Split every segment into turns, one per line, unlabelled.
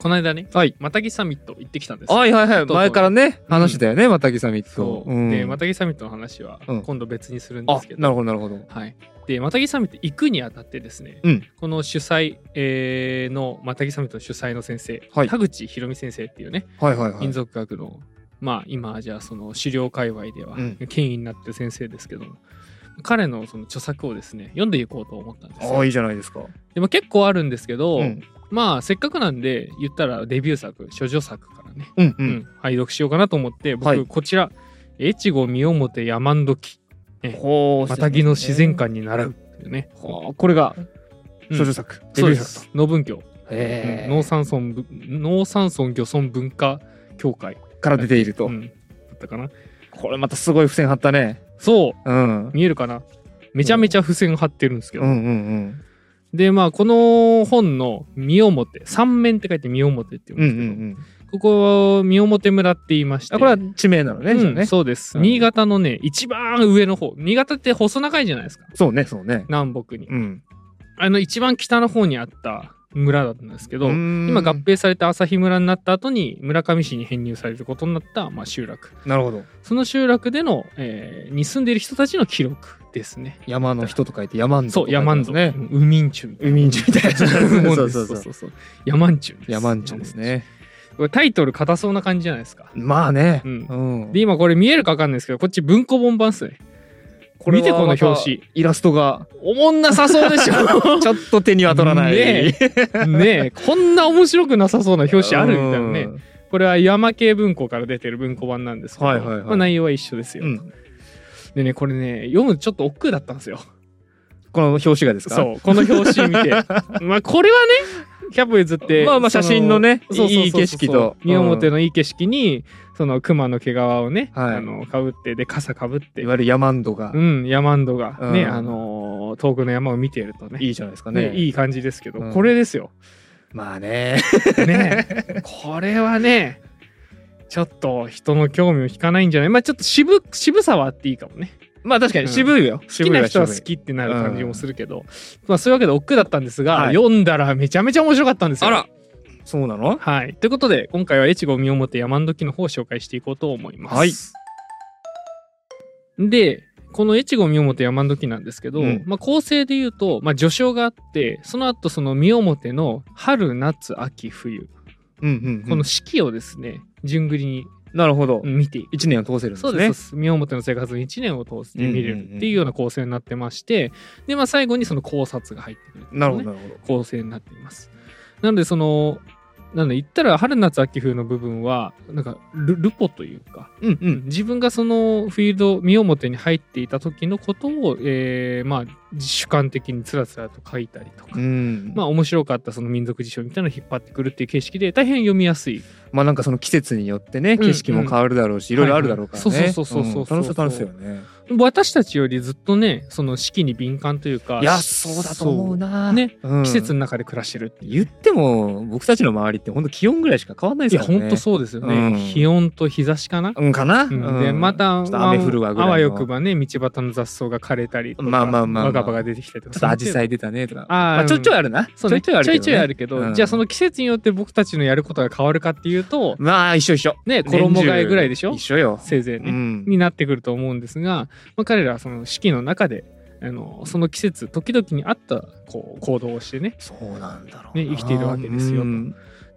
この間ね、
はい
マタギサミット行ってきたんですよ
はいはいはい。
と
前からね、話してたよね、マタギサミッ
そ
ト。
う、
ん
でマタギサミットの話は
うん
今度別にするんで
あ
すけ、ど、
なるほどなるほど。
はい、でマタギサミット行くにあたってですね、
うん
この主催、えーのマタギサミットの主催の先生、
はい
田口博美先生っていうね
はいはいはい
民。族学の、まあ今じゃあその狩猟界隈では
うん
権威になってる先生ですけども、彼のその著作をですね読んでいこうと思ったんです
ああ、
よ
いいじゃないですか。
でも結構あるんですけど、
うん
まあせっかくなんで言ったらデビュー作処女作からね、
うんう
うん
ん。
拝読しようかなと思って僕、
はい
こちら「越後三面山ん時
ほう
またぎの自然。観に習う」っていうね、
ほうこれが、
うん
少女作。デ
そう
ビュ
で
ー作と。
す農文教
へー
農産村ぶ農産村漁村文化協会、
から出ていると
う。んだったかな
これまたすごい付箋貼ったね。
そう
うん。
見えるかなめちゃめちゃ付箋貼ってるんですけ
う
ど、
んうん
でまあこの本の「三表」「三面」って書いて「三表」って言
うん。う
うんんですけ
うんう
ど、こ
ん。
こは三表村って言いまして
あ、これは地名なのね、じゃあ
うん
ね。
そうです、
うん
新潟のね一番上の方新潟って細長いじゃないですか
そうね、そうね。
南北に、
うん。
あの一番北の方にあった村だったんですけど、今
今
合併された朝日村になった後に村上市に編入されることになった、まあ、集落
なるほど。
その集落での、えーに住んでいる人たちの記録ですね
山の人と書いて山んぞ
そう、ヤマン族。
ね。
ウミンチュみたい
海んじみ たいな。
な。
そうそうそう。
うそう。ヤマンチュです。
山んちですね。
これタイトル硬そうな感じじゃないですか。
まあね。
うん
ん
で、今これ見えるかわかんないですけど、こっち文庫本版っすね。
これは
見てこの表紙
またイラストが
おもんなさそうでしょ
ちょっと手には取らない。
ねねえ、こんな面白くなさそうな表紙あるみたいなね。これは山系文庫から出てる文庫版なんですけど、
はいはいはい
まあ、内容は一緒です
う
よ、
ん。うん
でね、これね、読むのちょっと億劫だったんですよ。
この表紙がですか
そう、この表紙 見て。まあ、これはね、キャブ譲って、
まあまあ写真のね
そ
いい景色と
三表のいい景色に、その熊の毛皮をね、
はい
あのかぶってで傘かぶって
いわゆる山んどが
う。ん山んどがね、
うん
あのー遠くの山を見ているとね
いいじゃないですかね。
ねいい感じですけど、
うん
これですよ
ま あね。
ねこれはねちょっと人の興味を引かないんじゃないまあちょっと渋渋さはあっていいかもね
まあ確かに渋いよ。
好き
渋い
な
は
人
渋
は
い
好。きってなる感じもするけど、まあそういうわけで億劫だったんですが、
はい
読んだらめちゃめちゃ面白かったんですよ
あらそうなの
はい。ということで、今回は越後三面山ん時の方を紹介していこうと思います。
はい。
で、この越後三面山ん時なんですけど、
うん
まあ構成で言うと、まあ序章があって、その後その三面の春、夏、秋、冬、
うんうんうん。
この四季をですね、順繰りに
なるほど。
見ていく。
一年を通せるんです
そ
ね。
うですそうです三面の生活の1年を通して見れるっていうような構成になってまして、で、まあ最後にその考察が入ってくるっていうね、
なるほどなるほど。
構成になっています。なのでそのなんで言ったら春夏秋冬の部分はなんかルルポというか
うんうん。
自分がそのフィールド身表に入っていた時のことを、えーまあ主観的につらつらと書いたりとか、
うん、
まあ面白かったその民族辞書みたいなのを引っ張ってくるっていう形式で大変読みやすい
まあなんかその季節によってね
んうん
景色も変わるだろうし、いろいろあるだろうからね、
はいはいそうそうそうそうそうん
楽しそう楽しそうよね
私たちよりずっとねその四季に敏感というか
いやそうだと思うな
ね、
うん
季節の中で暮らしてるっていう
言っても僕たちの周りって本当気温ぐらいしか変わんない
い
です
や
からね
本当そうですよね、
うん
気温と日差しかな
うんかな、
うんで
うん
また
ちょっと雨降るわぐらい
あ
の
わよくばね道端の雑草が枯れたりとか
まあまあまあまあ
バカバカ出てきたりと
ちょ
か
っとアジサ
イ
イ出たねとか
あー
まあ、ちょいちょいあるな、ち
そう
ょ
ね
いち
ち
ょい
ょい
あるけど、ね、
ちょいあるけど、
うん
じゃあその季節によって僕たちのやることが変わるかっていうと
まあ一緒一緒
ね衣替えぐらいでしょ
一緒よ、
せいぜいうね、
ん、
になってくると思うんですが、まあ、彼らはその四季の中であのその季節時々に合ったこう行動をしてね
そうなんだろうな
ね生きているわけですよと
うん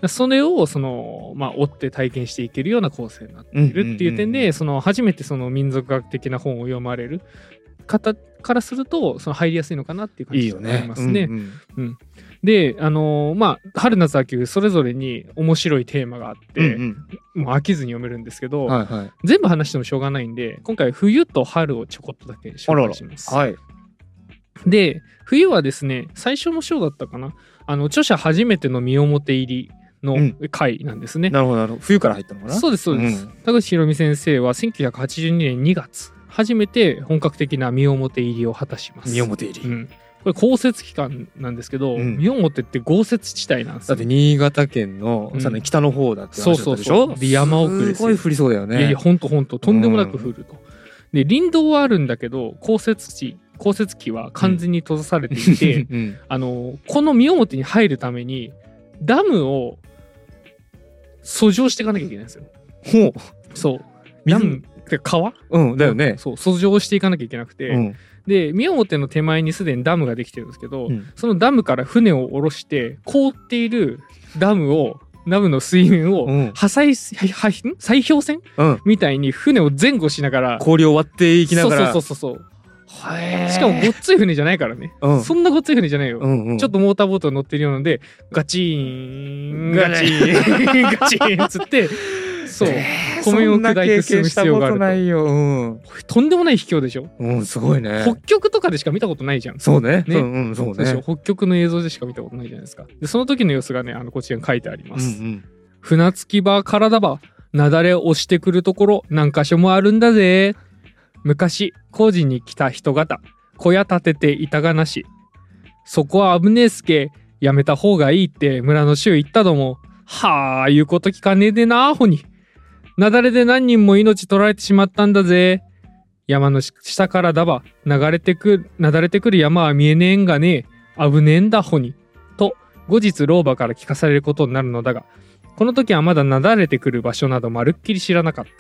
それをその、まあ、追って体験していけるような構成になっているっていう点で、
うんうんうん
その初めてその民族学的な本を読まれる方からするとその入りやすいのかなっていう感
いい
じ
よ
があり
ね
ますね。
うんうん
で、あのーまあ春夏秋冬それぞれに面白いテーマがあって、
うん
もう飽きずに読めるんですけど、
うんはいはい
全部話してもしょうがないんで今回冬と春をちょこっとだけ
あ
紹
ら
介します。
らはい
で冬はですね最初の章だったかなあの著者初めての身表入りの
うん
回なんですね。
なるほどなるほど冬から入ったのかな
そうですそうです、
うん
田口博美先生は1982年2月初めて本格的な身表入りを果たします
身表入り、
うん、これ降雪期間なんですけど、
うん
身表って豪雪地帯なんです
だ
よ
って新潟県の、
うん
さらに北の方だって話だったでしょ
そうそうそうで山奥ですよ
すごい降りそうだよね
いやいやほんとほんととんでもなく降ると、で林道はあるんだけど降雪地降雪期は完全に閉ざさ れていて、
うん
あのこの身表に入るためにダムを遡上していかなきゃいけないんですよ。
ほう。
そう。
水
なんて川
うん、だよね。
そう、遡上していかなきゃいけなくて、
うん。
で、宮本の手前にすでにダムができてるんですけど、
うん
そのダムから船を下ろして、凍っているダムを、ダムの水面を、
うん
破砕す、破砕砕氷船
うん。
みたいに船を前後しながら、
氷を割っていきながら。
そうそうそうそう。
へー
しかもごっつい船じゃないからね。
うん
そんなごっつい船じゃないよ。
うんうん。
ちょっとモーターボートに乗ってるようなので、ガチーン、ガチーン、ガチーンっつって、そう、
えー、
米を
そんな
砕いて
経
進む
験し
必
た
要
こ
がある
と
と
ないよ。うん。
とんでもない秘境でしょ。
うん、すごいね。
北極とかでしか見たことないじゃん。
そうね。
ね
うんうん、そう
でしょ
ね。
北極の映像でしか見たことないじゃないですか。で、その時の様子がね、あの、こちらに書いてありま
う
す。
ん
船着き場、体場、雪崩押してくるところ、何箇所もあるんだぜ。昔、工事に来た人方、小屋建てていたがなし。そこは危ねえすけ、やめた方がいいって村の衆言ったども、はあ、言うこと聞かねえでな、アホに。雪崩で何人も命取られてしまったんだぜ。山のし下からだば、流れてくる、なだれてくる山は見えねえんがねえ、危ねえんだ、ほに。と、後日老婆から聞かされることになるのだが、この時はまだなだれてくる場所などまるっきり知らなかった。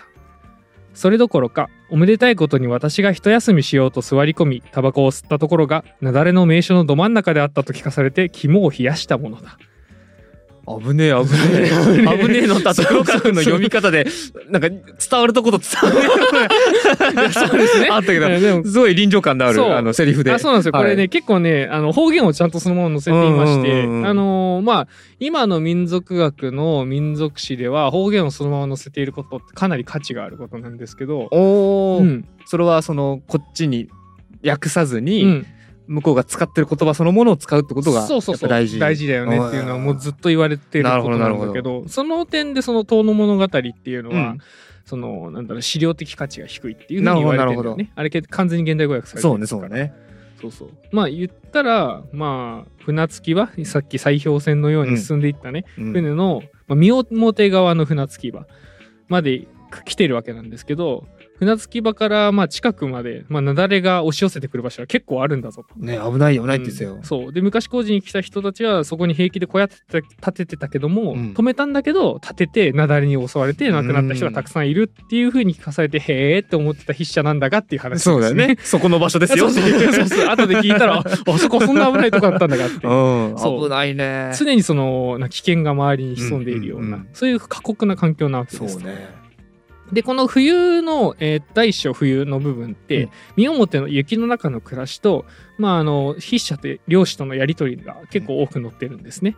それどころか、おめでたいことに私が一休みしようと座り込み、タバコを吸ったところが、雪崩の名所のど真ん中であったと聞かされて、肝を冷やしたもの だ。
うん。危ねえ、危ねえ。
危ねえ
危ねえのと、黒角の読み方で、なんか伝わるとこと伝わる。
そうですね
あったけど、
でも
すごい臨場感のあ
そう
る、あの、セリフで。
あそうなんですよ、これ
は
ね結構ねあの方言をちゃんとそのまま載せていまして、
うんうんうんうん
あのーまあ今の民族学の民族史では方言をそのまま載せていることってかなり価値があることなんですけど、
お
う
ー
ん
それはその、こっちに訳さず
う
に、
ん、
向こうが使ってる言葉そのものを使うってことが、
そうそうそう
やっぱ大事。
だよねっていうのはもうずっと言われてることなん
な
だけ
るほどなる
どその点でその「遠の物語」っていうの
う
は、
ん
そのなんだろう資料的価値が低いっていうふうに言われてるんだ
なるほどな
よ
る
ねあれけ完全に現代語訳されて
そう
るか
ね、そ
ら
うね。
そうそうまあ言ったらまあ船着き場さっき砕氷船のように進んでいったね、
うん
船の、まあ、三表側の船着き場まで来てるわけなんですけど船着き場からまあ近くまで、まあ、雪崩が押し寄せてくる場所は結構あるんだぞと。
ね、危ないよ、危ないって言ってた
う
よ
ん。そうで昔工事に来た人たちはそこに平気で小屋建てた建ててたけども、
うん
止めたんだけど建てて雪崩に襲われて亡くなった人がたくさんいるっていうふうに聞かされて、へえって思ってた筆者なんだがっていう話です、
そうだよね。 そこの場所です よ
そう
って
そう
いう。
そうそう後で聞い たらああそこそんな危ないとこだったんだがって
うん、
そう
危ないね。
常にそのな危険が周りに潜んでいるような、
うんうんうん
そういう過酷な環境なわけ
そ
で
う
す。
ね。
でこの冬の、えー大小冬の部分って、
うん
身表の雪の中の暮らしと、まあ、あの筆者と漁師とのやり取りが結構多く載ってるんですね。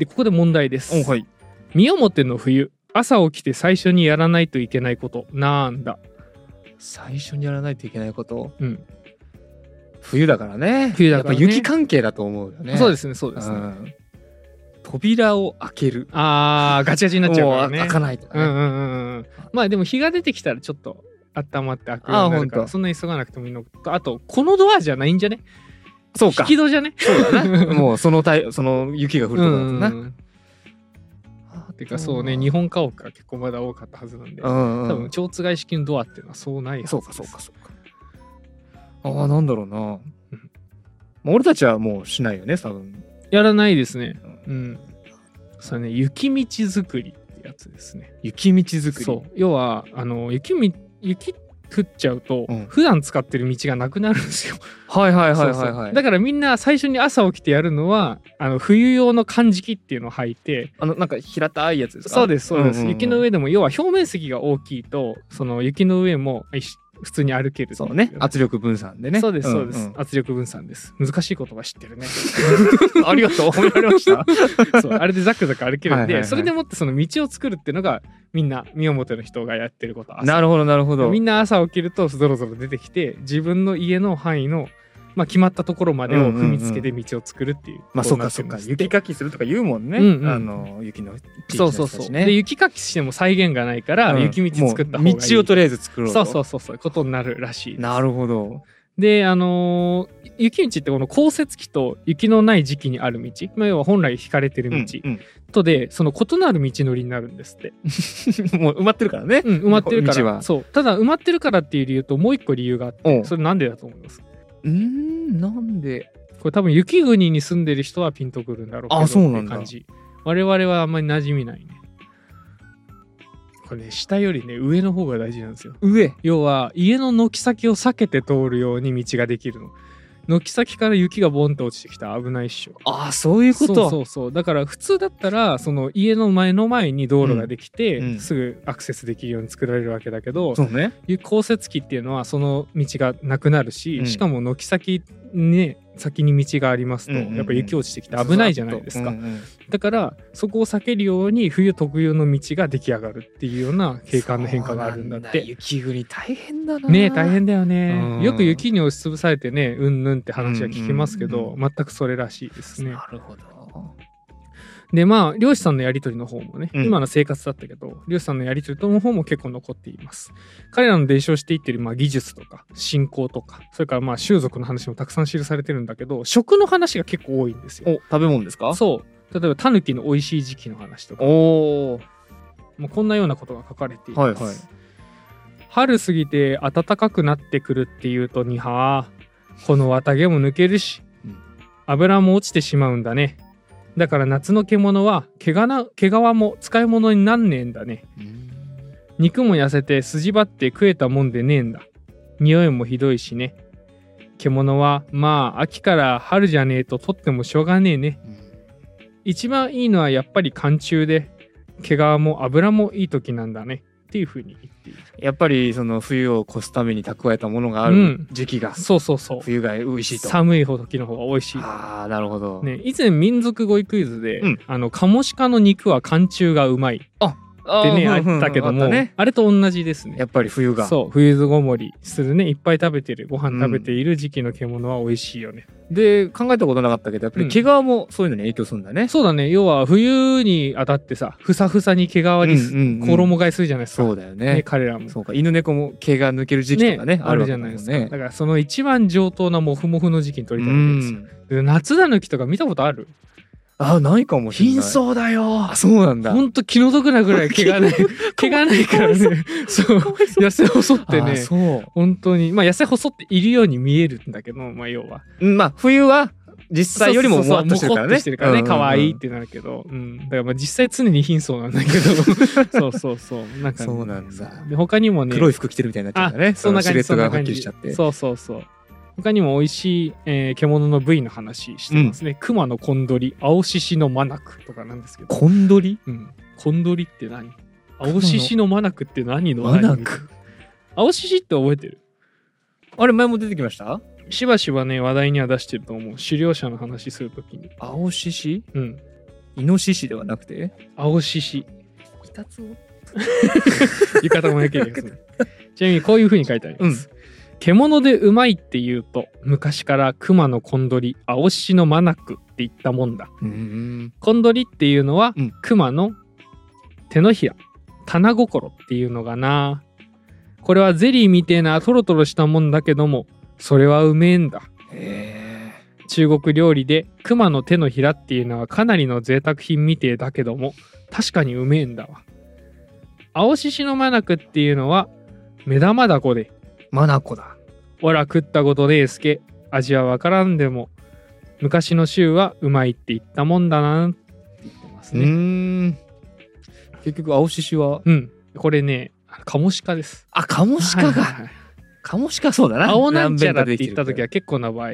でここで問題です。
うん、はい。
身表の冬朝起きて最初にやらないといけないことなんだ、
最初にやらないといけないこと
うん
冬だからね
冬だからね
やっぱ雪関係だと思うよね
そうですすねそうです
う
ね。
ん、扉を開ける
あーガチガチになっちゃうからね。
も開かないとか
う
ね、
んうんうんうんまあでも日が出てきたらちょっと温まって開くようになるか
あほん
ら
と
そんな急がなくてもいいのとあとこのドアじゃないんじゃね
そうか
引き戸じゃね
そうだなもうそのたいその雪が降るとこだとな、
うんてかそうね日本家屋が結構まだ多かったはずなんで、
うん、うん、
多分蝶番式のドアっていうのはそうないはず
そうかそうかそうかああなんだろうな、
うん
まあ、俺たちはもうしないよね多分
やらないですねうんそれね雪道作りってやつですね
雪道作り
そう要はあの雪み雪降っちゃうと、
うん
普段使ってる道がなくなるんですよ
はいはいはいはい
そう
は
そ
いう
だからみんな最初に朝起きてやるのはあの冬用の寒敷っていうのを履いて
あのなんか平たいやつですか
そうですそうです、
んんん
雪の上でも要は表面積が大きいとその雪の上もいし普通に歩ける
そうね
あ
圧力分散でね
そうですそうです、
んん
圧力分散です難しい言葉知って るね
ありがとう、褒められました。
そうあれでザクザク歩けるんで
はいはいはい
それでもってその道を作るっていうのがみんな宮本の人がやってること朝
なるほど、なるほど。
みんな朝起きるとゾロゾロ出てきて自分の家の範囲の、まあ、決まったところまでを踏みつけて道を作るっていう、
まあ、そうか、
こ
そうう
な
か
っ。てるんですって
雪かきするとか言うもんね。
うんうん
あの、雪の地域
そ
の
う
人
そう
たちね。
そう。で雪かきしても再現がないから、
うん
雪道作った方がいい。
もう道をとりあえず作ろう
そ
と。
うそうそうそうことになるらしい。
なるほど。
であのー雪道ってこの降雪期と雪のない時期にある道、まあ、要は本来引かれてる道
うん
とで、その異なる道のりになるんですって。
うん もう埋まってるからね。
うん埋まってるか
道
ら。
は
そうただ埋まってるからっていう理由ともう一個理由があって
おう
それなんでだと思います
うーん、なんで。
これ多分雪国に住んでる人はピンとくるんだろうけど
あそうなんだ
って感じ我々はあんまり馴染みないね。これね下よりね上の方が大事なんですよ
上
要は家の軒先を避けて通るように道ができるの軒先から雪がボンと落ちてきたら危ないっしょ
ああ、そういうこと。
そうそうそうだから普通だったらその家の前の前に道路ができて、
うんうん
すぐアクセスできるように作られるわけだけど、
そうね。
いう降雪機っていうのはその道がなくなるし、
うん
しかも軒先ね先に道がありますと、
うんうんうん
やっぱ雪落ちてきて危ないじゃないですか、
うんうん
だからそこを避けるように冬特有の道が出来上がるっていうような景観の変化があるんだっ
そうな
て
雪国大変だな。
ねえ大。変だよ
う
ね
ん
よく雪に押しつぶされてねうんぬんって話は聞きますけど、
うんう
全くそれらしいですね
なるほど。
でまあ漁師さんのやり取りの方もね、
うん
今の生活だったけど漁師さんのやり取りの方も結構残っています彼らの伝承していってる、まあ、技術とか信仰とかそれからまあ習俗の話もたくさん記されてるんだけど食の話が結構多いんですよ
お、食べ物ですか
そう例えばタヌキの美味しい時期の話とか
おお。
もうこんなようなことが書かれてい
はい
ます、
はい。
春過ぎて暖かくなってくるっていうとにはーこの綿毛も抜けるし
うん
油も落ちてしまうんだねだから夏の獣は毛がな毛皮も使い物になんねえんだね肉も痩せて筋張って食えたもんでねえんだ匂いもひどいしね獣はまあ秋から春じゃねえと取ってもしょうがねえね一番いいのはやっぱり寒中で毛皮も油もいい時なんだねっていうふうに言っている
やっぱりその冬を越すために蓄えたものがあ
う
る
ん
時期が、
そうそうそう
冬が美味しいと。
寒い時の方が美味しい。
ああ、なるほど。
ね、以前民族語彙クイズで、
うん
あのカモシカの肉は寒中がうまいっ
あ
て
ー
ねあ
うんうん
ったけど
あ
もあ,、
ったね
れと同じですね
やっぱり冬が。
そう冬ごもりするねいっぱい食べてるご飯食べている時期の獣は美味しいよね、
で、考えたことなかったけど、やっぱり毛皮もそういうのに影響するんだね。
そうだね要は冬に当たってさふさふさに毛皮
う
にす、
んうんうん
衣替えするじゃないですか、
そうだよ
ね、
ね。
彼らも
そうか。犬猫も毛が抜ける時期とかね、
ある
わ
じ
け
ゃ
だ
ない
もん
ですか、
ね。
だからその一番上等なモフモフの時期に取りたいわけですよ、
うん
で夏だぬきとか見たことある
あ、ないかもしれない。
相だよ
あ、そうなんだ。
ほんと気の毒なぐらい毛が ない、毛がないからね。そう。痩せ細って
あ
ね。
そ
本当に。まあ、痩せ細っているように見えるんだけど、まあ、要は。
う。まあ、冬は実際よりももわっとしてるから
もこ
ね。。
っとしてるからね。可愛いっててなるけど。うん。だからまあ、実際常に貧相なん だけど。そうそうそう。なんかね。
そうなんだ
で、他にもね。
黒い服着てるみたいになっちゃう
あ
んだね。
そんな感
シレ
じ。そ
ット
ん
が
な
はっ
感
き
じ
りしちゃって。
そうそうそう。他にも美味しい、えー獣の部位の話してますね。熊のコンドリ、青獅子のマナクとかなんですけど。
コンドリ
うん。コンドリって何青獅子のマナクって何の
マナ
何
ク。
青獅子って覚えてる
あれ、前も出てきました
しばしばね話題には出してると思う狩猟者の話するときに
青獅子
うん
イノシシではなくて
青獅子
イタツ
浴衣もやけるや つねちなみにこういうふうに書いてあります、獣でうまいって言うと昔から熊のコンドリ青獅子のマナクって言ったもんだ
うん。
コンドリっていうのは、
うん
熊の手のひら棚心っていうのがなこれはゼリーみてえなトロトロしたもんだけどもそれはうめえんだ
へ
中国料理で熊の手のひらっていうのはかなりの贅沢品みてえだけども確かにうめえんだわ青獅子のマナクっていうのは目玉だこで
え。マナコだ。
おら食ったことねえすけ味はわからんでも昔の州はうまいって言ったもんだなって言ってます
う
ね
ん。結局、青獅子は。
うん、これねカモシカです
あ、カモシカ
はいはい
が。
はい
カモシカそうだな。
青なんちゃらって言った
何遍か出て
時
きる
は結構な場合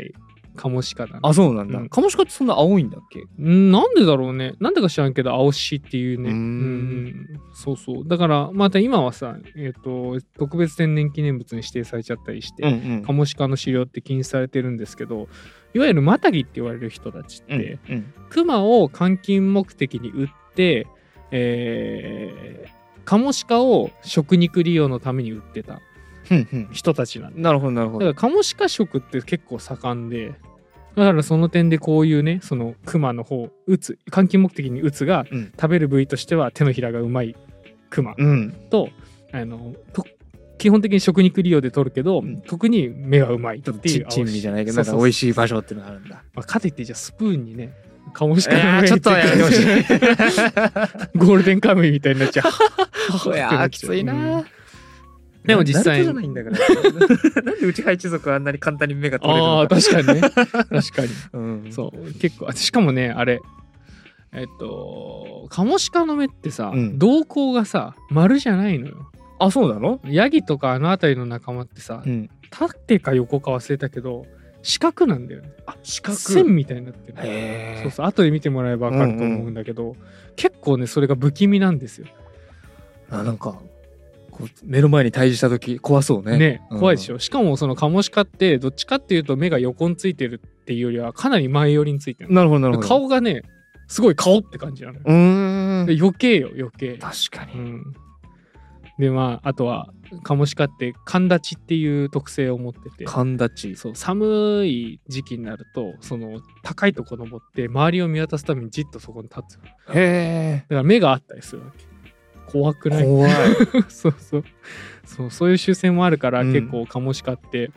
カモシカだな
あ、そうなんだ
うん。
カモシカってそんな青いんだっけ
うんなんでだろうねなんでか知らんけど青しっていうね
うーん
うんそうそうだからまた今はさ、えっと特別天然記念物に指定されちゃったりして、
ん
カモシカの狩猟って禁止されてるんですけどいわゆるマタギって言われる人たちって、
うん
クマを換金目的に売って、えーカモシカを食肉利用のために売ってた
うん
人たちなんだ
なるほどなるほ
だか
ど
らカモシカ食って結構盛んでだからその点でこういうねそのクマの方うつ換気目的にうつが
うん
食べる部位としては手のひらがうまいクマ
うん
と,、あのと基本的に食肉利用で取るけど、
ん
特に目がうまいって
ちょっと
い
ち
う
珍味じゃないけど
そ
な
うんそ
か
う
美味しい場所っていうのがあるんだ
まあ、かといってじゃあスプーンにねカモシカ
え
の
ー
上
ちょっ
に
とやめて ほしい
ゴールデンカムイみたいになっ ちゃう
いやーきつい
うん
な
でも実際
ナルトじゃないんだから なんでうちハ一族はあんなに簡単に目が取れる
あ
の
あ
か
確かにね確かに
うん
そう結構あしかもねあれえっとカモシカの目ってさ、
うん
瞳孔がさ丸じゃないのよ
あ、そうなの
ヤギとかあの辺りの仲間ってさ、
うん。
縦か横か忘れたけど四角なんだよね
あ、四
線みたいになってる
へ
そう
ー
そう後で見てもらえば分かると思うんだけど、結構ねそれが不気味なんですよ
あ、なんか、こう目の前に対峙した時怖そうね。
ね怖いでし
ょ。
ょ、しかもそのカモシカってどっちかっていうと目が横についてるっていうよりはかなり前寄りについてる
なるほど、なるほど。。
顔がねすごい顔って感じなのよ、
うーん。
で余計よ余計
確か
う
に。
んでまああとはカモシカって寒立ちっていう特性を持ってて
神立ち。
そう寒い時期になるとその高いとこ登って周りを見渡すためにじっとそこに立つだか
へ
ら目があったりするわけ怖くな
え。
い
怖い。
そうそうそうそういう習性もあるから、
うん
結構カモシカって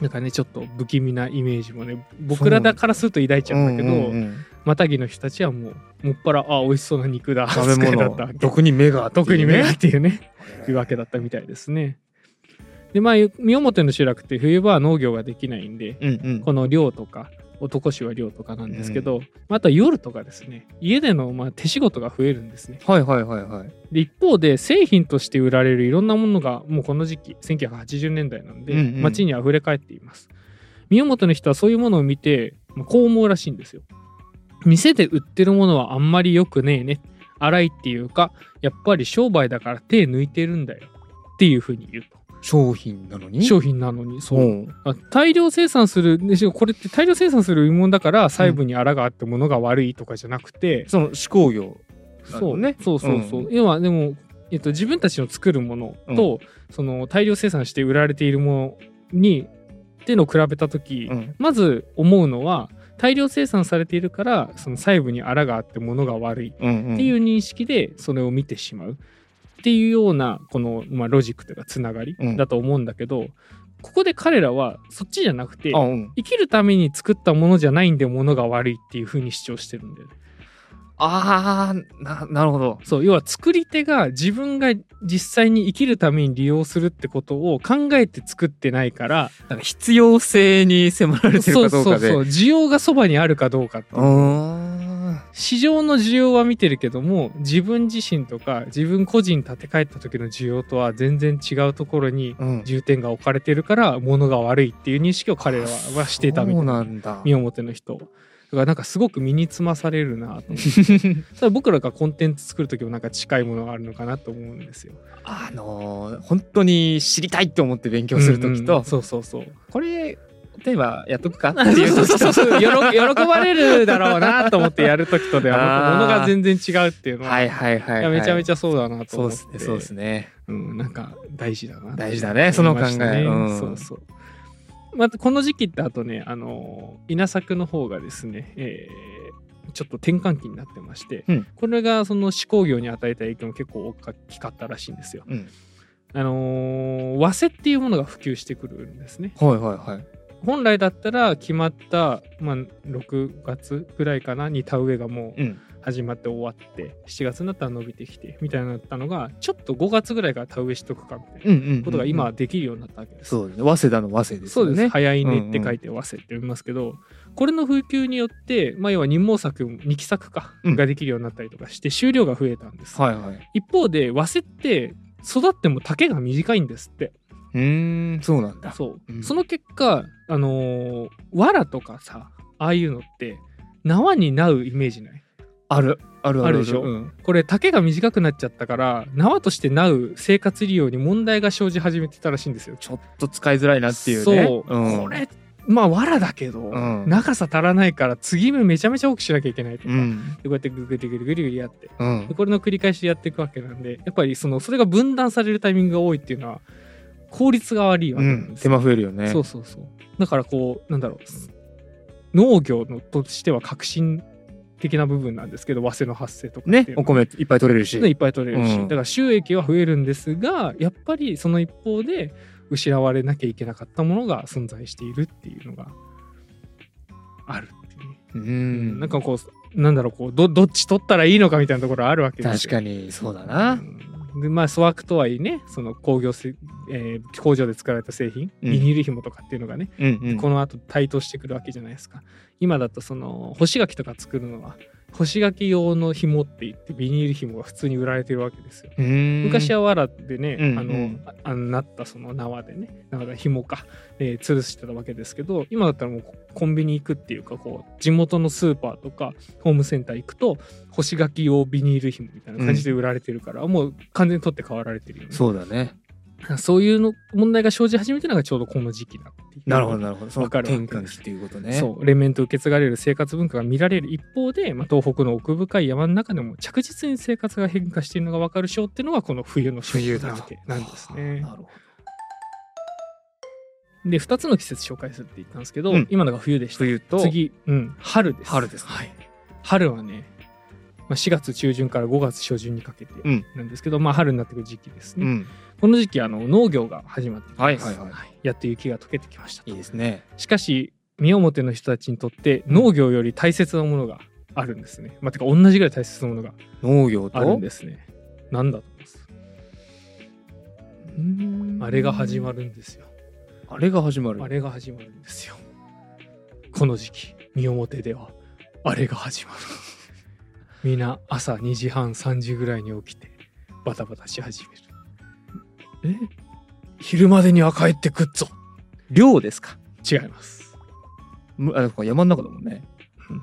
なんかねちょっと不気味なイメージもね僕らだからすると抱いちゃうんだけど、
うんうんうん
マタギの人たちはもうもっぱらあ美味しそうな肉だ
食べ
扱いだったわ
物。
け
特に目が。
特に目が。っていうね
へー
いうわけだったみたいですね。でまあ三表の集落って冬場は農業ができないんで
うんうん。
この漁とか男子は漁とかなんですけど、まああとは夜とかですね家でのまあ手仕事が増えるんですね。
はいはいはいはい。
で一方で製品として売られるいろんなものがもうこの時期1980年代なんで、
うんうん
街にあふれ返っています。三表の人はそういうものを見て、まあこう思うらしいんですよ。店で売ってるものはあんまり良くねえね。荒いっていうかやっぱり商売だから手抜いてるんだよっていうふうに言うと。
商品なのに
商品なのにそう、
うん
あ大量生産するでしかもこれって大量生産するもんだから細部に荒があってものが悪いとかじゃなくて、
その手工業。なる
そ
ほ
う
どね
そうそうそう、
う
要はでも、えっと、自分たちの作るものと、その大量生産して売られているものにっていうのを比べた時、
うん
まず思うのは大量生産されているからその細部に荒があってものが悪いっ
うんうん。
ていう認識でそれを見てしまうっていうようなこの、まあ、ロジックというかつながり
うん
だと思うんだけど、ここで彼らはそっちじゃなくて
あ、うん。
生きるために作ったものじゃないんでものが悪いっていうふうに主張してるんだよね。
あーななるほど。
そう要は作り手が自分が実際に生きるために利用するってことを考えて作ってないから
なんか必要性に迫られてる
そう
かど
そううそ
か
う
で。う
需要がそばにあるかどうかっていう
ーん
市場の需要は見てるけども自分自身とか自分個人立て替えた時の需要とは全然違うところに
うん。
重点が置かれてるから物が悪いっていう認識を彼らははしていたみた
そ
いうな
なんだ。
身表の人だからなんかすごく身につまされるなと思って それ僕らがコンテンツ作る時もなんか近いものがあるのかなと思うんですよ。
あのー本当に知りたいって思って勉強するときと、
うんうんそうそうそう。
これ、例えばやっとくかって
そう
いう
そう
時
そう
と、
そう喜喜ばれるだろうなと思ってやる時とでは
あー
ものが全然違うっていうのは、
はいはいはいい、
や
はい。
めちゃめ
ち
ちゃそうだなと
そう
思
で
って
すね、そうですね。
うん、なんか大事だな
大事だねその考え
思いましたね
うん
そうそうまたこの時期ってあとねあの稲作の方がですね、えーちょっと転換期になってまして、
うん
これがその手工業に与えた影響も結構大きかったらしいんですよ。
うん。
あのー和製っていうものが普及してくるんですね。
はいはいはい。
本来だったら決まった、まあ、6月ぐらいかなに田植えがもう
うん。
始まって終わって7月になったら伸びてきてみたいになったのがちょっと5月ぐらいから田植えしとくかみたいな
うんうんうん、
ことが今はできるようになったわけです。
そうですね。早稲田の早稲です
そう
よ
で
ね。
すね。早い
うん
ね
うん
って書いて早稲って読みますけど、これの風及によって、まあ、要は任毛作、二期作か、
うん
ができるようになったりとかして、収量が増えたんです。
はいはい。
一方で、早稲って、育っても丈が短いんですって。
うーん、そうなんだ。
そう。
うん
その結果、あのー、藁とかさ、ああいうのって、縄になうイメージない
ある。あるある
あるでしょ
うん
これ丈が短くなっちゃったから縄としてなう生活利用に問題が生じ始めてたらしいんですよ
ちょっと使いづらいなっていうね。
そう、
ん
これまあ藁だけど、
うん
長さ足らないから継ぎ目めちゃめちゃ多くしなきゃいけないとか、
う
で
ん。
こうやってぐるぐるぐるぐるぐるやって
うん
で。これの繰り返しでやっていくわけなんでやっぱりそのそれが分断されるタイミングが多いっていうのは効率が悪いわ
う
けなん
ん
で、す
手
よ、
間増えるよね。
そうそうそうだからこうなんだろう農業のとしては革新的な部分なんですけど早稲の発生とかっ
ね
てい、うのは
お米いっぱい取れるし。
ね、いっぱい取れるし、
うん
だから収益は増えるんですがやっぱりその一方で失われなきゃいけなかったものが存在しているっていうのがあるっていうね、
う
うん
ん。
なんかこうなんだろうこうどどっち取ったらいいのかみたいなところあるわけです
確
よ
かにそうだな。
うんでまあ粗悪とはいえねその工業せ、えー工場で作られた製品、
うん
ビニール紐とかっていうのがね、
うんうん。
この後台頭してくるわけじゃないですか今だとその干し柿とか作るのは干し柿用の紐って言ってビニール紐が普通に売られてるわけですよ。昔
は
は藁でね、
うん
あ
う
の
ん
ああのなったその縄でね縄だ紐か、えー吊るしてたわけですけど今だったらもうコンビニ行くっていうかこう地元のスーパーとかホームセンター行くと干し柿用ビニール紐みたいな感じで売られてるから、もう完全に取って代わられてるよねそ
そうだね
ういうの問題が生じ始めたのがちょうどこの時期だっていう
なるほどなるほどその
わかるわ
転
かる
換期っていうことね
そう連綿と受け継がれる生活文化が見られる一方で、まあ、東北の奥深い山の中でも着実に生活が変化しているのが分かる章っていうのがこの冬の章
冬だ
なわけなんですね
な。るほど
で2つの季節紹介するって言ったんですけど、
うん
今のが冬でした
冬と
次、うん、春です
春ですね
はい、春はね、まあ、4月中旬から5月初旬にかけて
うん
なんですけど、まあ、春になってくる時期ですね、
ん
この時期あの農業が始まってきます、
はいはいはい
やっと雪が溶けてきましたと
いいですね
しかし宮本の人たちにとって農業より大切なものがあるんですね。まあ、てか同じぐらい大切なものが
農業と
あるんですね。なんだと思いますあれが始ま
る
るんですよ。
あれが始まる
あれが始まるんですよ。この時期宮本ではあれが始まる。みんな朝2時半3時ぐらいに起きてバタバタし始める。え昼までには帰ってくっぞ
寮ですか
違います。
むあだから山の中だもんね
うん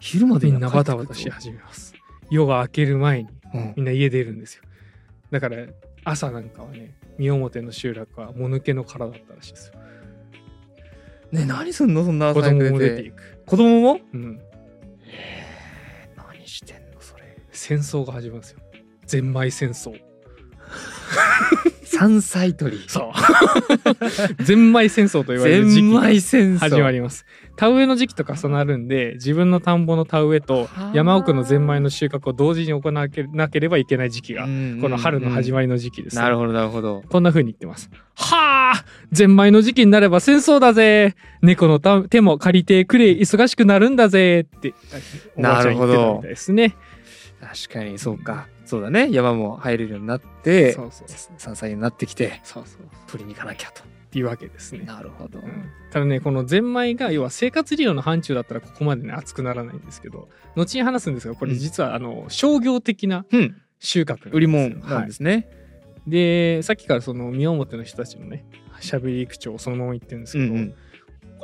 昼まで
み
に
んなバタバタし始めます。夜が明ける前に
うん
みんな家出るんですよ。だから朝なんかはね、三表の集落はもぬけの殻だったらしいですよ。
ね何すんのそんな
子
朝
供
早
も
く
出ていく。
子供も
うん。
何してんのそれ
戦争が始まるんですよ。ゼンマイ戦争。
山菜 採り
そう。 ゼンマイ戦争と言われる時期
千
が
枚戦争
始まります。田植えの時期と重なるんで、自分の田んぼの田植えと
はあ
山奥のゼンマイの収穫を同時に行わなければいけない時期が、この春の始
り
まりの時期ですね。
なるほどなるほど
こんな風に言ってます。はあゼンマイの時期になれば戦争だぜ猫のた手も借りてくれ忙しくなるんだぜって、おばあちゃん言ってたみたいですね。
確かにそうかそうだね山も入れるようになって
そうそうそう
山菜になってきて
そうそう。っ
取りに行かなきゃと
ていうわけですね。
なるほど
うんただね、このゼンマイが、要は生活利用の範疇だったらここまでね、熱くならないんですけど、後に話すんですが、これ実は、あの、商業的な
うん
収穫。
売り物なんですね
はい。で、さっきからその、宮表の人たちのね、喋り口調をそのまま言ってるんです
う
けど、
ん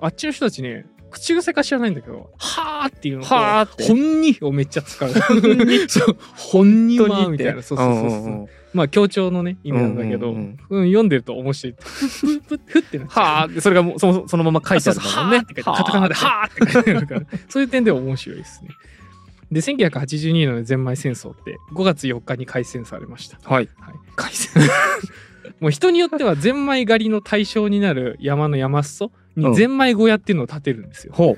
あっちの人たちね、口癖か知らないんだけど、はーっていうのと、
はーって
本にをめっちゃ使う。 そう、本にはみたいな。そうそうそうそう。まあ、強調のね、意味なんだけど、
う
うんん
うんうん
読んでると面白い。ふふふふってなっちゃう。
はあでそれがもうそもそもそのまま書いてあるんだもんね
そうそうはーって書いてあるカタカナで
はあ
はーって書いてあるから、そういう点では面白いですね。で、1982年のゼンマイ戦争って5月4日に開戦されました。
はい
はい
改善
もう人によってはゼンマイ狩りの対象になる山の山裾
う
に
ん
ゼンマイ小屋っていうのを建てるんですよ。
ほ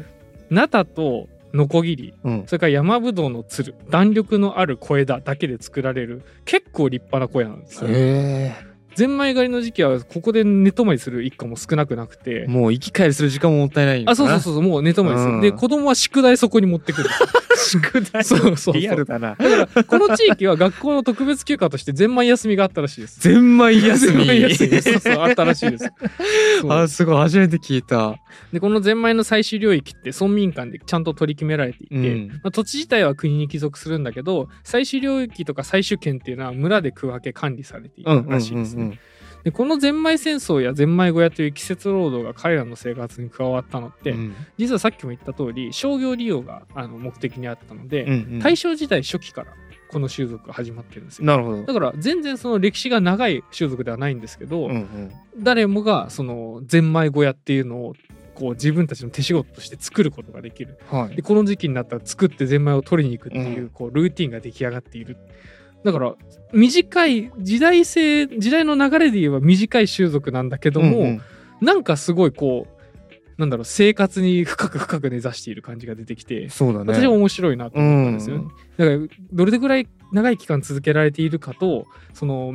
ナタとノコギリ、
ううん
それから山ぶどうのつる弾力のある小枝だけで作られる結構立派な小屋なんですよ。
へ
ゼンマイ狩りの時期はここで寝泊まりする一家も少なくなくて
え。もう行き帰りする時間ももったいないよな
あ、そうそうそうそう、もう寝泊まりする。
うん
で、子供は宿題そこに持ってくる。宿題そうそうそう。
リアルだな
だから、この地域は学校の特別休暇としてゼンマイ休みがあったらしいです。
ゼンマイ休
ゼ
み
ンマイ休 みそうそう、あったらしいです。 そう
あすごい初めて聞いた
で、このゼンマイの採取領域って村民間でちゃんと取り決められていて、
うん
まあ、土地自体は国に帰属するんだけど採取領域とか採取権っていうのは村で区分け管理されていたらしいですね。でこのゼンマイ戦争やゼンマイ小屋という季節労働が彼らの生活に加わったのって、
うん
実はさっきも言った通り商業利用があの目的にあったので、
うんうん
大正時代初期からこの習俗が始まってるんですよ。
なるほど
だから全然その歴史が長い習俗ではないんですけど、
うんうん
誰もがそのゼンマイ小屋っていうのをこう自分たちの手仕事として作ることができる
は
で
い
この時期になったら作ってゼンマイを取りに行くっていううんこうルーティンが出来上がっている、だから短い時代性時代の流れで言えば短い習俗なんだけども、
うんうん
なんかすごいこうなんだろう生活に深く深く根ざしている感じが出てきて、
そうだね
私は面白いなと思ったんですよね、だからどれぐらい長い期間続けられているかとその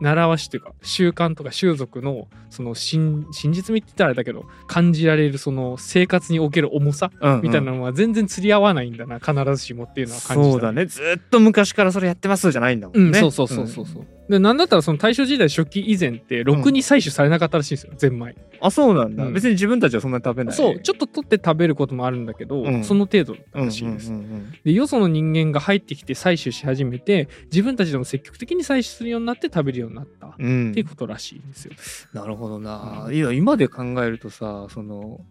習わしというか習慣とか習俗のその真真実味って言ったらあれだけど感じられるその生活における重さ
うんうん
みたいなのは全然釣り合わないんだな必ずしもっていうのは感じた
そうだねずっと昔からそれやってますじゃないんだも
うんん
ね
そうそうそうそうそうでなんだったらその大正時代初期以前ってろくに採取されなかったらしいんですよ、ゼンマイ
あ、そうなんだ、
うん
別に自分たちはそんなに食べない。
そうちょっと取って食べることもあるんだけど、
うん
その程度
うんうんうんうん。
らしいです、でよその人間が入ってきて採取し始めて自分たちでも積極的に採取するようになって食べるようになった、っ
うん
ていうことらしいんですよ。
なるほどな、
う
いや今で考えるとさその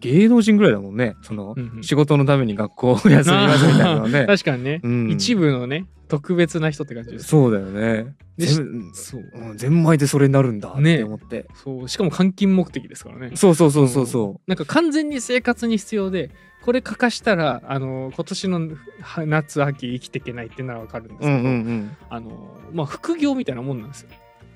芸能人ぐらいだもんねその、
うんうん
仕事のために学校を休みますみたいなのね
確かにね、
うん
一部のね特別な人って感じです。
そうだよね
で
全うん
そう
うんゼンマイでそれになるんだっ
ね
て思って、
そうしかも換金目的ですからね。
そうそうそうそうそ
なんか完全に生活に必要でこれ欠かしたらあの今年のは夏秋生きていけないってならわかるんですけ
う、
ど、
うんうん
あのまあ、副業みたいなもんなんですよ、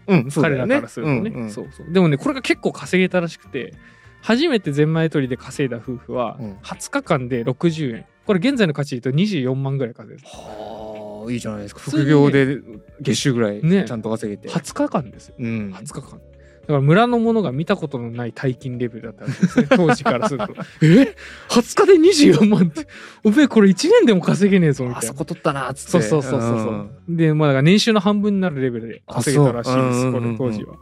うんうんそうだ
彼
よ
ら
ね
からするとね、
うんうん
そうそうでもねこれが結構稼げたらしくて初めてゼンマイ取りで稼いだ夫婦は
うん
20日間で60円これ現在の価値で言うと24万ぐらい稼いで
はあいいじゃないですか
普通に
副
ね
業で月収ぐらい
ね
ちゃんと稼げて、
す20日間ですよ
うん
20日間だから村の者が見たことのない大金レベルだったわけ ですね当時からするとえ20日で24万っておめえこれ1年でも稼げねえぞみた
あ
い
そ
な
こ取ったなっつって
そうそうそうそうそう、でまあだから年収の半分になるレベルで稼げたらしいで
あそう
す
うんう
こ
んうんう
れ
ん
当時は。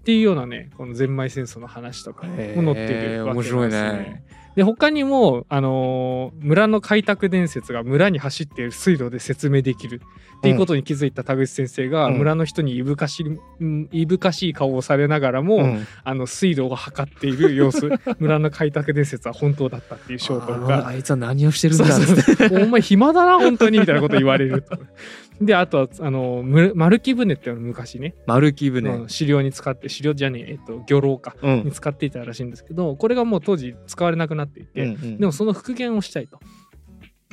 っていうようなねこのゼンマイ戦争の話とかも載
へ
って
ー
るわけなんです
面白いね
で他にも、あのー村の開拓伝説が村に走っている水路で説明できるっていうことに気づいた田口先生が、
うん
村の人にいぶかしいうんいぶかしい顔をされながらも、
うんうん
あの水路を測っている様 子村の開拓伝説は本当だったっていう証拠が
ああいつは何をしてるん
そ
だ
う
っつって
そうそうお前暇だな本当にみたいなこと言われると であとはあのむ丸木舟っていうの昔ね
丸木舟、
うん狩猟に使って狩猟じゃねええっと漁労か
うん
に使っていたらしいんですけどこれがもう当時使われなくなっていて、
うん
でもその復元をしたいと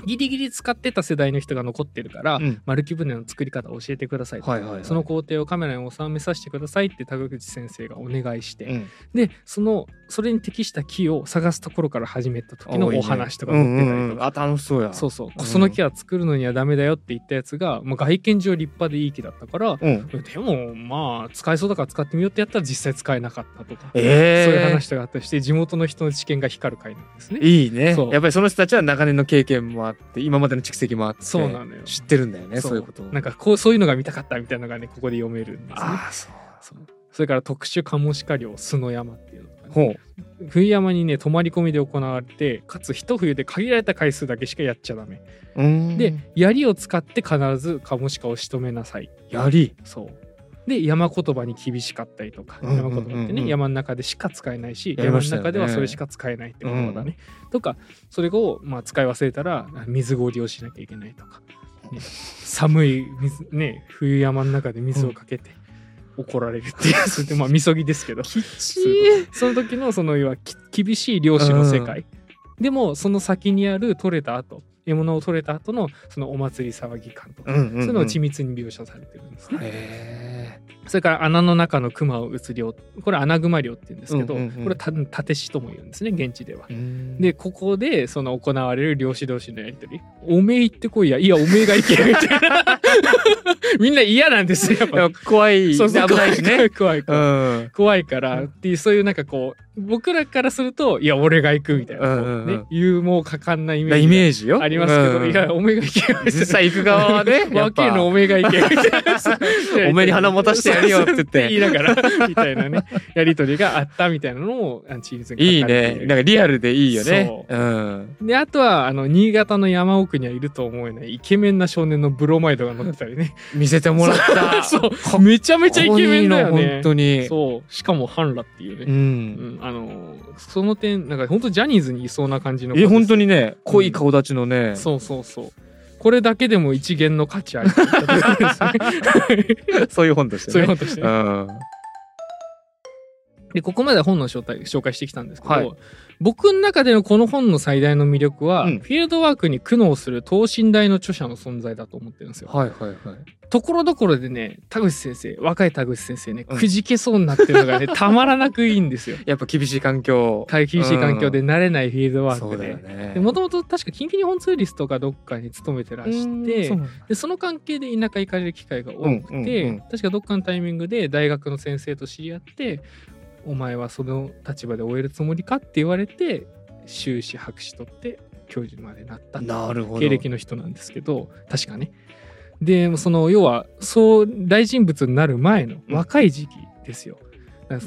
ギリギリ使ってた世代の人が残ってるから、
うん
丸木舟の作り方を教えてくださいと、
はいはいはい
その工程をカメラに収めさせてくださいって田口先生がお願いして、
うん
でそのそれに適した木を探すところから始めた時の
多いね
お話とか載ってたりとか、
うんうんうんあ楽しそうや
そう
う、
そう、その木は作るのにはダメだよって言ったやつがもう外見上立派でいい木だったから
ん、
でもまあ使えそうだから使ってみようってやったら実際使えなかったとか、
ええ
そういう話とかあったりして地元の人の知見が光る回なんですね。
いいね
そう
やっぱりその人たちは長年の経験もあって今までの蓄積もあって
そうなのよ
知ってるんだよねそういうことを
なんかこうそういうのが見たかったみたいなのがねここで読めるんですね。
ああそう
そうそれから特殊カモシカ漁須の山っていうのとかね、
ほ
冬山にね泊まり込みで行われてかつ一冬で限られた回数だけしかやっちゃダメ
ううん
で槍を使って必ずカモシカを仕留めなさい
槍
そうで山言葉に厳しかったりとか、
うんうんうんうん
山言葉ってね山の中でしか使えないし、
やり
山
ま
の
したよね
中ではそれしか使えないって言葉だね、とかそれをまあ使い忘れたらあ水氷をしなきゃいけないとか、ね、寒い水ね冬山の中で水をかけて怒られるっていう、それでまあみそぎですけど
き
ちーその時のその要はき厳しい漁師の世界、でもその先にある取れた後獲物を取れた後のそのお祭り騒ぎ感とか、
うんうん、うん、
そういうのを緻密に描写されてるんですね、
へ
それから穴の中の熊を撃つ漁これ穴熊漁って言うんですけど、
うんうんうん
これた縦しとも言うんですね現地では
えう。ん
でここでその行われる漁師同士のやり取り「おめえ行ってこいやいやおめえが行け」みたいな みんな嫌なんですよやっ
いや
ぱ
怖い
そうそう
危ないしね
怖い怖い怖い怖い
うん
怖いからっていうそういうなんかこう僕らからすると「いや俺が行く」みたいな、
うんうんうん
ね、勇猛果敢なイメージ
イメージよ
ありますけど「
うん
いやおめえが行け」みたいな
実際行く側は ねやっ
若
ぱ
えのおめえが行けみたいな
おめえに花持たしてやるよって言って
言いながらみ たいなねやりとりがあったみたいなのもあのチーズに
いい
書かれて
ね
る
なんかリアルでいいよね、
そう
ん、
であとはあの新潟の山奥にはいると思えないイケメンな少年のブロマイドが乗ってた りね
見せてもらっ た
そうめちゃめちゃイケメンだよ
ここにいい
ね
の本当に
そうしかも半裸っていうね、
ん
うんあのその点なんか本当ジャニーズにいそうな感じの
え本当
に
にね濃い顔立ちのね、
そうそうそうこれだけでも一元の価値ある
そういう本としてね
そういう ことしてね
うん
でここまでは本の紹介紹介してきたんですけど、
はい
僕の中でのこの本の最大の魅力は、
うん
フィールドワークに苦悩する等身大の著者の存在だと思ってるんですよ。
はいはいはい
ところどころでね田口先生若い田口先生ね
うん
くじけそうになってるの がね、たまらなくいいんですよ。
やっぱ厳しい環境
厳しい環境で慣れないフィールドワー
そ
ク
うだ
で
よ。ね
でもともと確か近畿日本ツーリストかどっかに勤めてらして
うん
でその関係で田舎行かれる機会が多くて、
うんうんうん
確かどっかのタイミングで大学の先生と知り合って「お前はその立場で終えるつもりか?」って言われて修士博士取って教授までなった
なるほど
経歴の人なんですけど確かねでその要はそう大人物になる前の
うん
若い時期ですよ。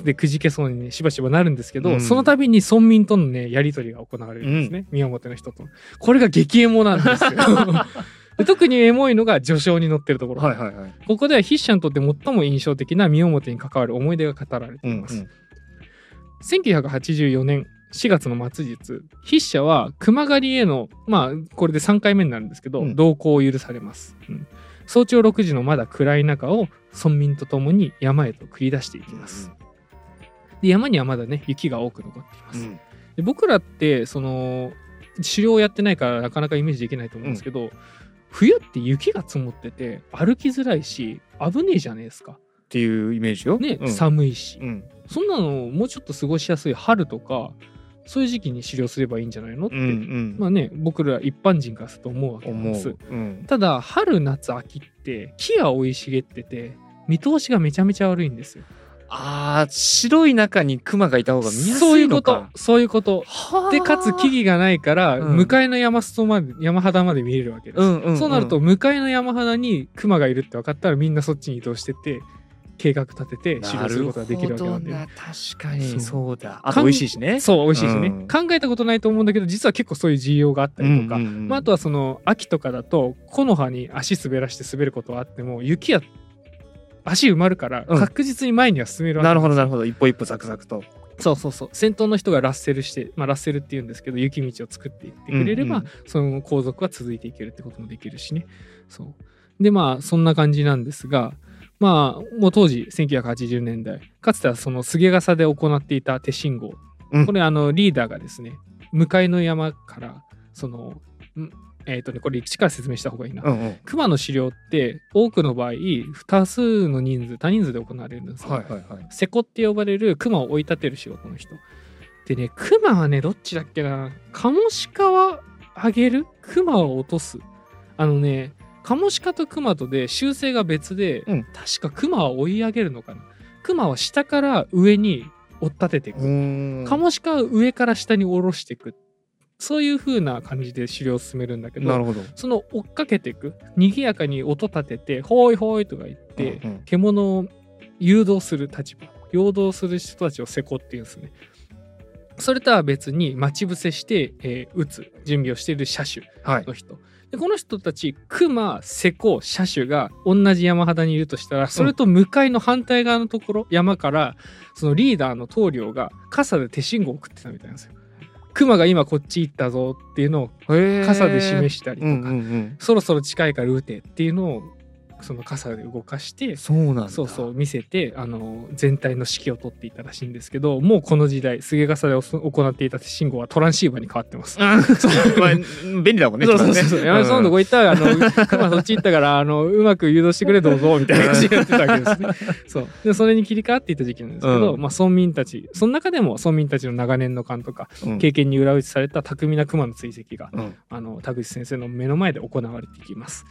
でくじけそうにねしばしばなるんですけど、
うん
その度に村民とのねやり取りが行われるんですね、宮本の人とこれが激エモなんです よで特にエモいのが序章に載ってるところ、
はいはいはい。
ここでは筆者にとって最も印象的な宮本に関わる思い出が語られています、1984年4月の末日筆者は熊狩りへのまあこれで3回目になるんですけど、
うん
同行を許されます、うん早朝6時のまだ暗い中を村民と共に山へと繰り出していきます、で山にはまだね雪が多く残っています、
うん
で僕らってその狩猟やってないからなかなかイメージできないと思うんですけど、冬って雪が積もってて歩きづらいし危ねえじゃないですか
っていうイメージよ。
ね、
うん
寒いし、
うん
そんなのもうちょっと過ごしやすい春とかそういう時期に狩猟すればいいんじゃないのって、
うんうん。
まあね僕ら一般人からすると思うわけなんで
思
す
う。うん。
ただ春夏秋って木が生い茂ってて見通しがめちゃめちゃ悪いんですよ
ああ、白い中に熊がいた方が見やす
そうい
いうの
こと
か。
そういうこと
は
でかつ木々がないから、
うん
向かいの山裾まで山肌まで見えるわけです、
うんうんん
そうなると、向かいの山肌に熊がいるって分かったらみんなそっちに移動してって計画立てて狩猟することができるわけなんで
なるほど確かに
そう
そうだ。あ
か
と
ん
美味しいしね。
そう美味しいしね、
うん
考えたことないと思うんだけど実は結構そういう需要があったりとか、まあ、あとはその秋とかだと木の葉に足滑らして滑ることはあっても雪や足埋まるから
うん
確実に前には進めるわけ、
なるほどなるほど一歩一歩ザクザクと
そうそうそう先頭の人がラッセルして、まあ、ラッセルっていうんですけど雪道を作っていってくれれば、
うんうん
その後続は続いていけるってこともできるしねそうでまあそんな感じなんですがまあもう当時1980年代かつてはその菅笠で行っていた手信号、
うん
これあのリーダーがですね向かいの山からそのんえっ、とねこれ一から説明した方がいいな、
うんうん
熊の狩猟って多くの場合多数の人数多人数で行われるんですよ、
はいはいはい
セコって呼ばれる熊を追い立てる仕事の人でね熊はねどっちだっけなカモシカはあげる熊を落とすあのねカモシカと熊とで習性が別で、
うん
確か熊は追い上げるのかな熊は下から上に追っ立てていく、
うん
カモシカは上から下に下ろしていくそういう風な感じで狩猟を進めるんだけど
なるほど
その追っかけていく賑やかに音立てて「ほいほい」とか言って、
うんうん
獣を誘導する立場誘導する人たちをせこっていうんですねそれとは別に待ち伏せして、えー撃つ準備をしている車種
はい
の人でこの人たちクマセコ車種が同じ山肌にいるとしたらそれと向かいの反対側のところ、山からそのリーダーの棟梁が傘で手信号を送ってたみたいなんですよクマが今こっち行ったぞっていうのを傘で示
し
したりと
う
か、
んうんうん
そろそろ近いから撃てっていうのをその傘で動かして
そうなんだ
そう そう見せてあの全体の指揮を取っていたらしいんですけどもうこの時代菅笠でおそ行っていた信号はトランシーバーに変わってます。
うんまあ便利だもん ね
そうそうそうそう。
一番ね
山本さんどこ行ったら、あ の、熊そっち行ったから、あの、うまく誘導してくれ、どうぞ、みたいな感 じになってたわけですね。そう。で、それに切り替わっていた時期なんですけど、
うん
まあ、村民たち、その中でも村民たちの長年の勘とか、
うん
経験に裏打ちされた巧みな熊の追跡が、
うん
あの田口先生の目の前で行われていきます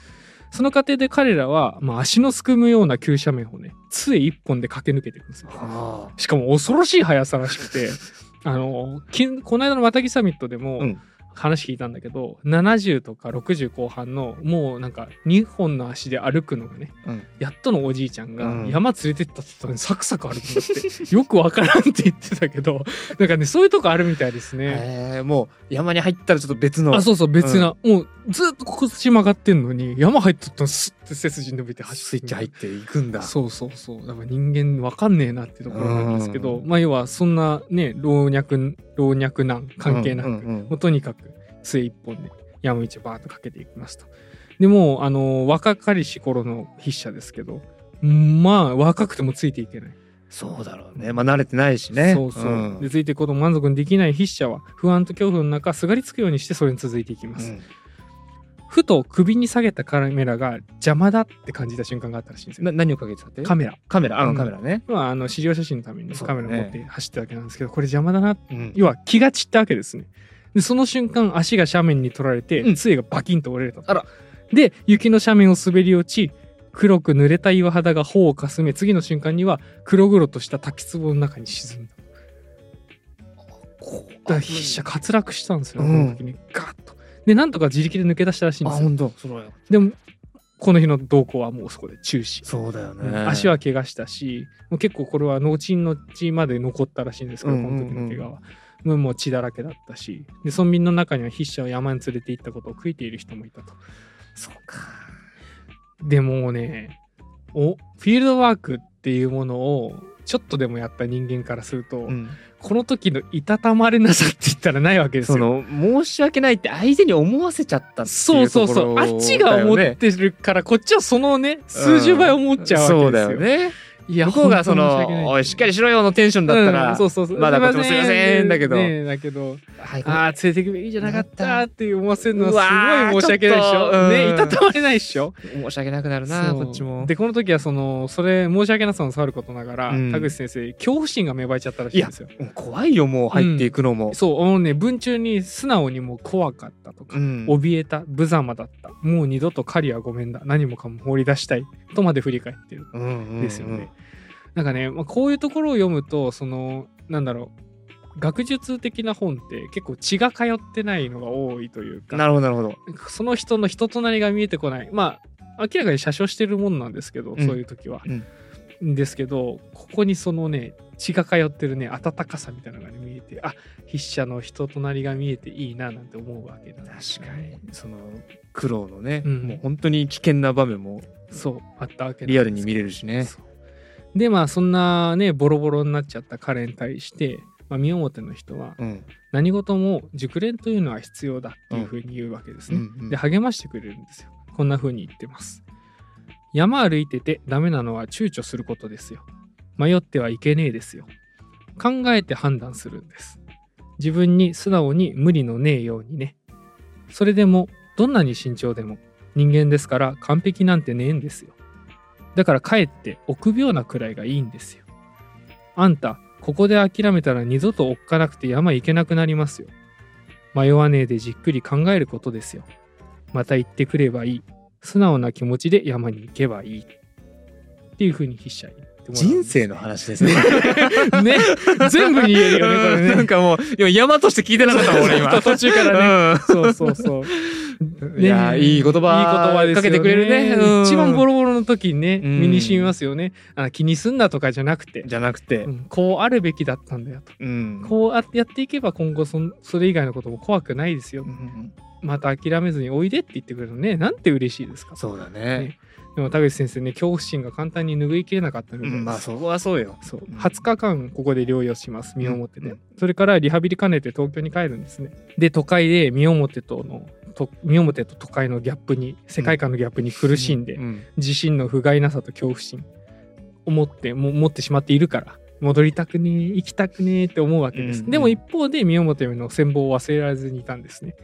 その過程で彼らは、まあ、足のすくむような急斜面をね杖一本で駆け抜けていくんですよ
は
しかも恐ろしい速さらしくて あのきこの間のまたぎサミットでも
うん
話聞いたんだけど、70とか60後半のもうなんか2本の足で歩くのがね、
うん
やっとのおじいちゃんが
うん
山連れてった途端にサクサク歩くんだってよくわからんって言ってたけどなんかねそういうとこあるみたいです
あ
ね。
へーもう山に入ったらちょっと別の
あそうそう別な、もうずっとこっち曲がってんのに山入っとったらスッて背筋伸びて走って
スイッチ入っていくんだ
そうそうそうだから人間わかんねえなってところなんですけど、
うん
まあ要はそんなね老若老若男関係なく、
うんうんう
も
ん
うとにかく杖一本で山道をバーッとかけていきますとでもうあの若かりし頃の筆者ですけどまあ若くてもついていけない
そうだろうねまあ慣れてないしね
そうそう、
ん
でついていくことも満足にできない筆者は不安と恐怖の中すがりつくようにしてそれに続いていきます、ふと首に下げたカメラが邪魔だって感じた瞬間があったらしいんです
うんな
よ。
何をかけてたって
カメラ。
カメラあ
う
の
ん
カメラね
まあ、あの、資料写真のために
そう
カ
だ
メ
ね
ラ持って走ったわけなんですけど、これ邪魔だな。
うん
要は気が散ったわけですね。で、その瞬間、足が斜面に取られて、
うん
杖がバキンと折れたと。
あら
で、雪の斜面を滑り落ち、黒く濡れた岩肌が頬をかすめ、次の瞬間には黒々とした滝壺の中に沈んだ。
こう
だから筆者滑落したんですよ、
うん
この時に。ガーッと。で、なんとか自力で抜け出したらしいん
あ
ですよ。
本当それは
でも、この日の動向はもうそこで中止。
そうだよね、
うん足は怪我したしもう結構これは後々まで残ったらしいんですけど、
うんうんうん
この時の怪我は。もうもう血だらけだったしで村民の中には筆者を山に連れて行ったことを悔いている人もいたと。
そうか
でもうねおフィールドワークっていうものをちょっとでもやった人間からすると、
うん
この時のいたたまれなさって言ったらないわけです
そ
よ。
の申し訳ないって相手に思わせちゃったって
そ
いうう
そ
と
う
こ
そ
ろ
う、
だよね
あっちが思ってるからこっちはそのね数十倍思っちゃう
そ
わ
う
けで
だ
すよ。
よね
いや
向こうがそ
本当に申し訳ない
の「おいしっかりしろよ」のテンションだったら、
うんそうそうそう
まだこっちもすいませんだけど
ねえだけど
はいこれ
ああ連れてくべきじゃなかったって思わせるの
うわ
は
ー
すごい申し訳ないでし
ちょっとう
ょ
ん
ねいたたまれないでしょ
申し訳なくなるな
そう
こっちも。
でこの時はそのそれ申し訳なさもさることながら、
うん
田口先生恐怖心が芽生えちゃったらしいんですよ
もう怖いよもう入っていくのも。
そうあのね文中に素直にもう怖かったとか、
うん
怯えた無様だったもう二度と狩りはごめんだ何もかも放り出したいとまで振り返ってる
うんうんうん
ですよね。なんかね、まあ、こういうところを読むとそのなんだろう学術的な本って結構血が通ってないのが多いというか
なるほどなるほど。
その人の人となりが見えてこないまあ明らかに写生してるもんなんですけど、
うん
そういう時は。
うん
ですけどここにそのね血が通ってるね温かさみたいなのが、ね、見えてあ筆者の人となりが見えていいななんて思うわけだ
確かにその苦労のね、
うん
もう本当に危険な場面も
そうあったわけなんです
リアルに見れるしね。
そうでまあそんなねボロボロになっちゃった彼に対して、まあ、身表の人は
うん
何事も熟練というのは必要だっていうふうに言うわけです
う
ね。
んうん
で励ましてくれるんですよ。こんな風に言ってます。山歩いててダメなのは躊躇することですよ。迷ってはいけねえですよ。考えて判断するんです。自分に素直に無理のねえようにね。それでもどんなに慎重でも人間ですから完璧なんてねえんですよ。だからかえって臆病なくらいがいいんですよ。あんたここで諦めたら二度と追っかなくて山行けなくなりますよ。迷わねえでじっくり考えることですよ。また行ってくればいい素直な気持ちで山に行けばいいっていうふうに筆者に言ってもらうん
人
です
生
よ
の話ですね。
ね全部に言えるよねこれね
なんかもう今山として聞いてなかったもん俺今。
途中からね
ら
そうそうそう
いやーい
いい
い言葉
言葉ですよね
かけてくれるねうん
一番ボロボロの時にね
うん
身に染みますよねあ気にすんなとかじゃなくて
じゃなくて
う、んこうあるべきだったんだよと
うん
こうあやっていけば今後そんそれ以外のことも怖くないですよ
うんうん
また諦めずにおいでって言ってくれるのねなんて嬉しいですか
そうだね。
でも田口先生ね恐怖心が簡単に拭いきれなかったみたいです、
うんまあそこはそうよ。
そう
うん
20日間ここで療養します身をもってで、
うん
それからリハビリ兼ねて東京に帰るんですねで都会で身をもってとのと身をもってと都会のギャップに世界観のギャップに苦しんで、
うん
自身の不甲斐なさと恐怖心を持っても持ってしまっているから戻りたくねえ行きたくねえって思うわけです、
うん
でも一方で身をもての戦望を忘れられずにいたんですね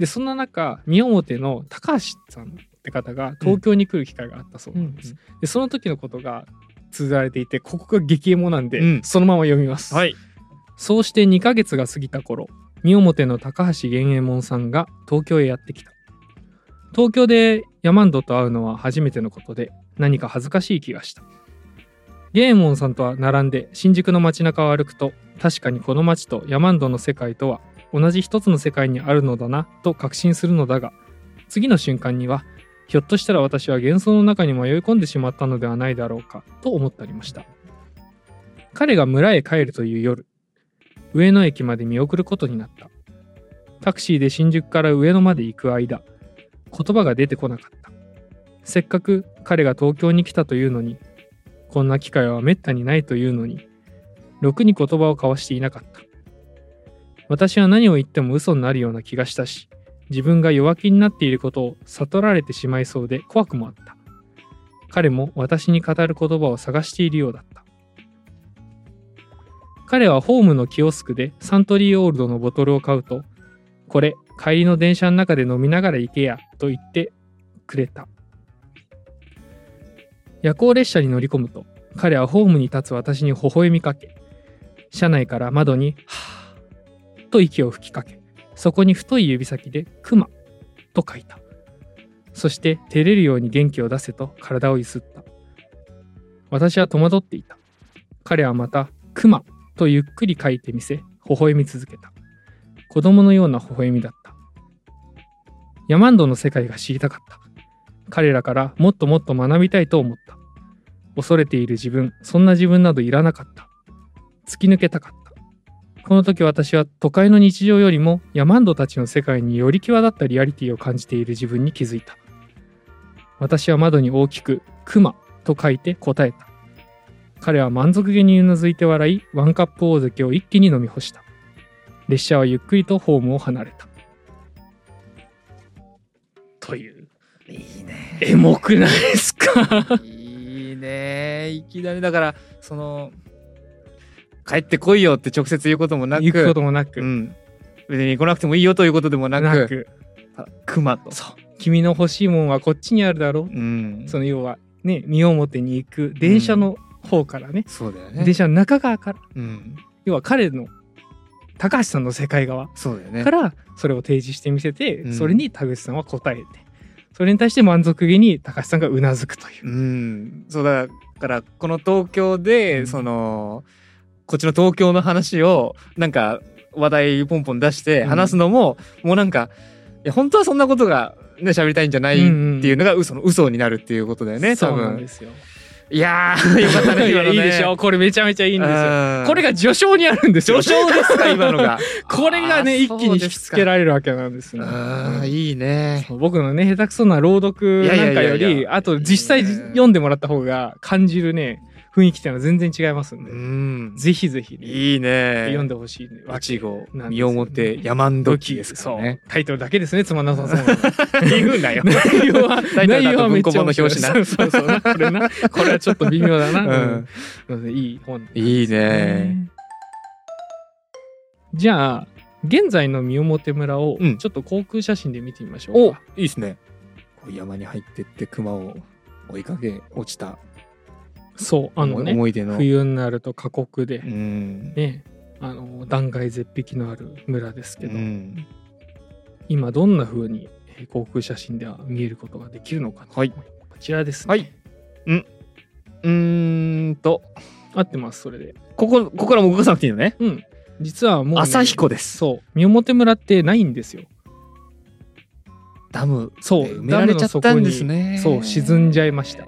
でそんな中身をもての高橋さんって方が東京に来る機会があったそうなんです、でその時のことが綴られていてここが激エモなんで、
うん
そのまま読みます、
はい。
そうして2ヶ月が過ぎた頃身表の高橋源右衛門さんが東京へやってきた東京で山ンドと会うのは初めてのことで何か恥ずかしい気がした源右衛門さんとは並んで新宿の街中を歩くと確かにこの街と山ンドの世界とは同じ一つの世界にあるのだなと確信するのだが次の瞬間にはひょっとしたら私は幻想の中に迷い込んでしまったのではないだろうかと思ってありました彼が村へ帰るという夜上野駅まで見送ることになったタクシーで新宿から上野まで行く間言葉が出てこなかったせっかく彼が東京に来たというのにこんな機会はめったにないというのにろくに言葉を交わしていなかった私は何を言っても嘘になるような気がしたし自分が弱気になっていることを悟られてしまいそうで怖くもあった彼も私に語る言葉を探しているようだった彼はホームのキオスクでサントリーオールドのボトルを買うと、これ、帰りの電車の中で飲みながら行けや、と言ってくれた。夜行列車に乗り込むと、彼はホームに立つ私に微笑みかけ、車内から窓に、はぁ、と息を吹きかけ、そこに太い指先で、クマ、と書いた。そして、照れるように元気を出せと体をゆすった。私は戸惑っていた。彼はまた、クマ、とゆっくり書いてみせ微笑み続けた子供のような微笑みだったヤマンドの世界が知りたかった彼らからもっともっと学びたいと思った恐れている自分そんな自分などいらなかった突き抜けたかったこの時私は都会の日常よりもヤマンドたちの世界により際立ったリアリティを感じている自分に気づいた私は窓に大きく「クマ」と書いて答えた彼は満足げにうなずいて笑いワンカップ大関を一気に飲み干した列車はゆっくりとホームを離れたという
いいね。
エモくないですか
いいね。いきなりだから、その、帰ってこいよって直接言うこともなく、
行くこともなく、
うん。別に来なくてもいいよということでもなく、
なく
クマと。
そう君の欲しいもんはこっちにあるだろ
うん。
その要はね身をもてに行く電車の方からね、
そうだよね。
電車の中側から
うん。
要は彼の高橋さんの世界側
そうだよね
か。らそれを提示してみせて、
うん
それに田口さんは答えてそれに対して満足げに高橋さんがうなずくという、
うん。そうだから、この東京で、
うん
その、こっちの東京の話を、なんか、話題ポンポン出して
うん
話すのも、もうなんか、いや、本当はそんなことが、ね、喋りたいんじゃないっていうのが嘘の嘘になるっていうことだよね、
そ
多
うなん
分
で。すよ。
いやー、よかった ね、
い
今
や
のね。
いいでしょこれめちゃめちゃいいんですよ。
よ
これが序章にあるんですよ。。
序章ですか、今のが
これがね一気に引きつけ
れ
られるわけなんですね。
あーいいね
そ。う僕のね下手くそな朗読なんかよ
いやいやいやい
りあと実際
いいね
読んでもらった方が感じるね雰囲気っていうのは全然違いますん
う
で、
ん。
ぜひぜひね、
いいね。
読んでほしいわけ
いちご、
なんですよね
身をもって、山んどきですからね。
そうタイトルだけですねつまんなさそう な
言うなよ。
内容は
タイトルだと
内容はめっちゃ
文庫本の表紙な
面白いそうそうそうこれ なこれはちょっと微妙だ
う
な、
ん
うんなのでいい本なんですね
いいね。
じゃあ現在の三面村を
うん
ちょっと航空写真で見てみましょうか、
お、いいですね。こう山に入ってって熊を追いかけ落ちた
そうあの
思い
ね
思い出の。
冬になると過酷で、
うん。
ねあの断崖絶壁のある村ですけ
う
ど、
ん
今どんな風にえー航空写真では見えることができるのかと、
はい
こちらですね、
はいうーんと、
合ってますそれで
ここ、ここからも動かさなくていいのね。
うん実はもうね、
朝彦です。
そう三面村ってないんですよ
ダム
そう
ね埋められちゃったんですね。
そう沈んじゃいました。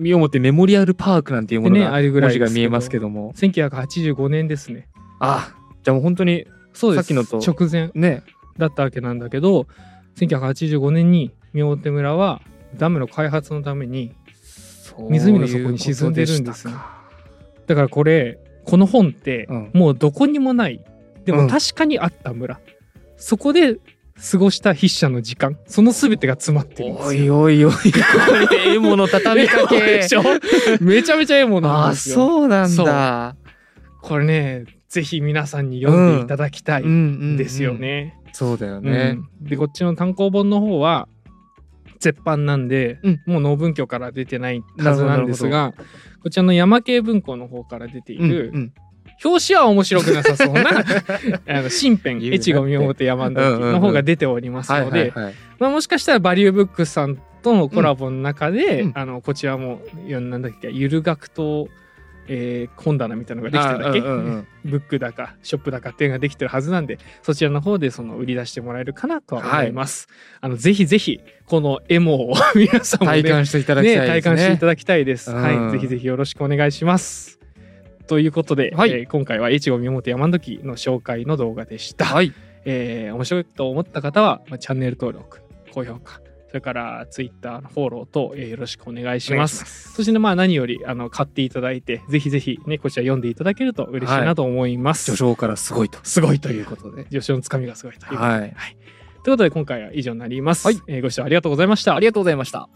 身をもってメモリアルパークなんていうもの
ね
が
あれぐら
文
いですけど
字が見えますけども。
1985年ですね
あ、じゃあもう本当に
そうです
さっきのと
直前
ね。
だったわけなんだけど1985年に明手村はダムの開発のために湖の底に沈んでるんですねだからこれこの本って
うん
もうどこにもない、で
う
も
ん
確かにあった村、そこで過ごした筆者の時間その全てが詰まってるんで
お
す
い
よ。
おいおい、これ、獲物畳みか
ええ
け
で。しょめちゃめちゃええものなん
あ、
ですよ。
そうなんだ。
これねぜひ皆さんに読んでいただきたいん
ん
ですよ。ね。
そうだよ
うん
ね。
でこっちの単行本の方は絶版なんで、
うん
もう農文教から出てないはずなんですがこちらの山系文庫の方から出てい
うん
る、
うん
表紙は面白くなさそう なあの新編
言うなって
越後見表山の時の方が出ております
はい
の
はい
で
はい。
まあもしかしたらバリューブックスさんとのコラボの中で、
うんうん
あのこちらもいやなんだっけゆる学と、えー本棚みたいなのができてるだけ、
あうんうん
ブックだかショップだかっていうのができてるはずなんでそちらの方でその売り出してもらえるかなとは思います。あのぜひぜひこのエモを皆さんもね
体感していただき
ね、
たいで
体
すね。
感していただきたいです。
うん
はい、ぜひぜひよろしくお願いします。ということで、
はい
えー今回は越後宮本山の時の紹介の動画でした。
はい。
えー面白いと思った方は、まあ、チャンネル登録、高評価、それからツイッターのフォローと、えーよろしくお願いし
お願
ま
い
す。
しま
そしてね、まあ何よりあの買っていただいて、ぜひぜひね、こちら読んでいただけると嬉しいなと思います。
序章からすごいと。
すごいと
と
い
いうう
こ。
こととで。
助手のつかみがすごいということで。
はい。
ということで今回は以上になります。
はい
えーご視聴ありがとうございました。
ありがとうございました。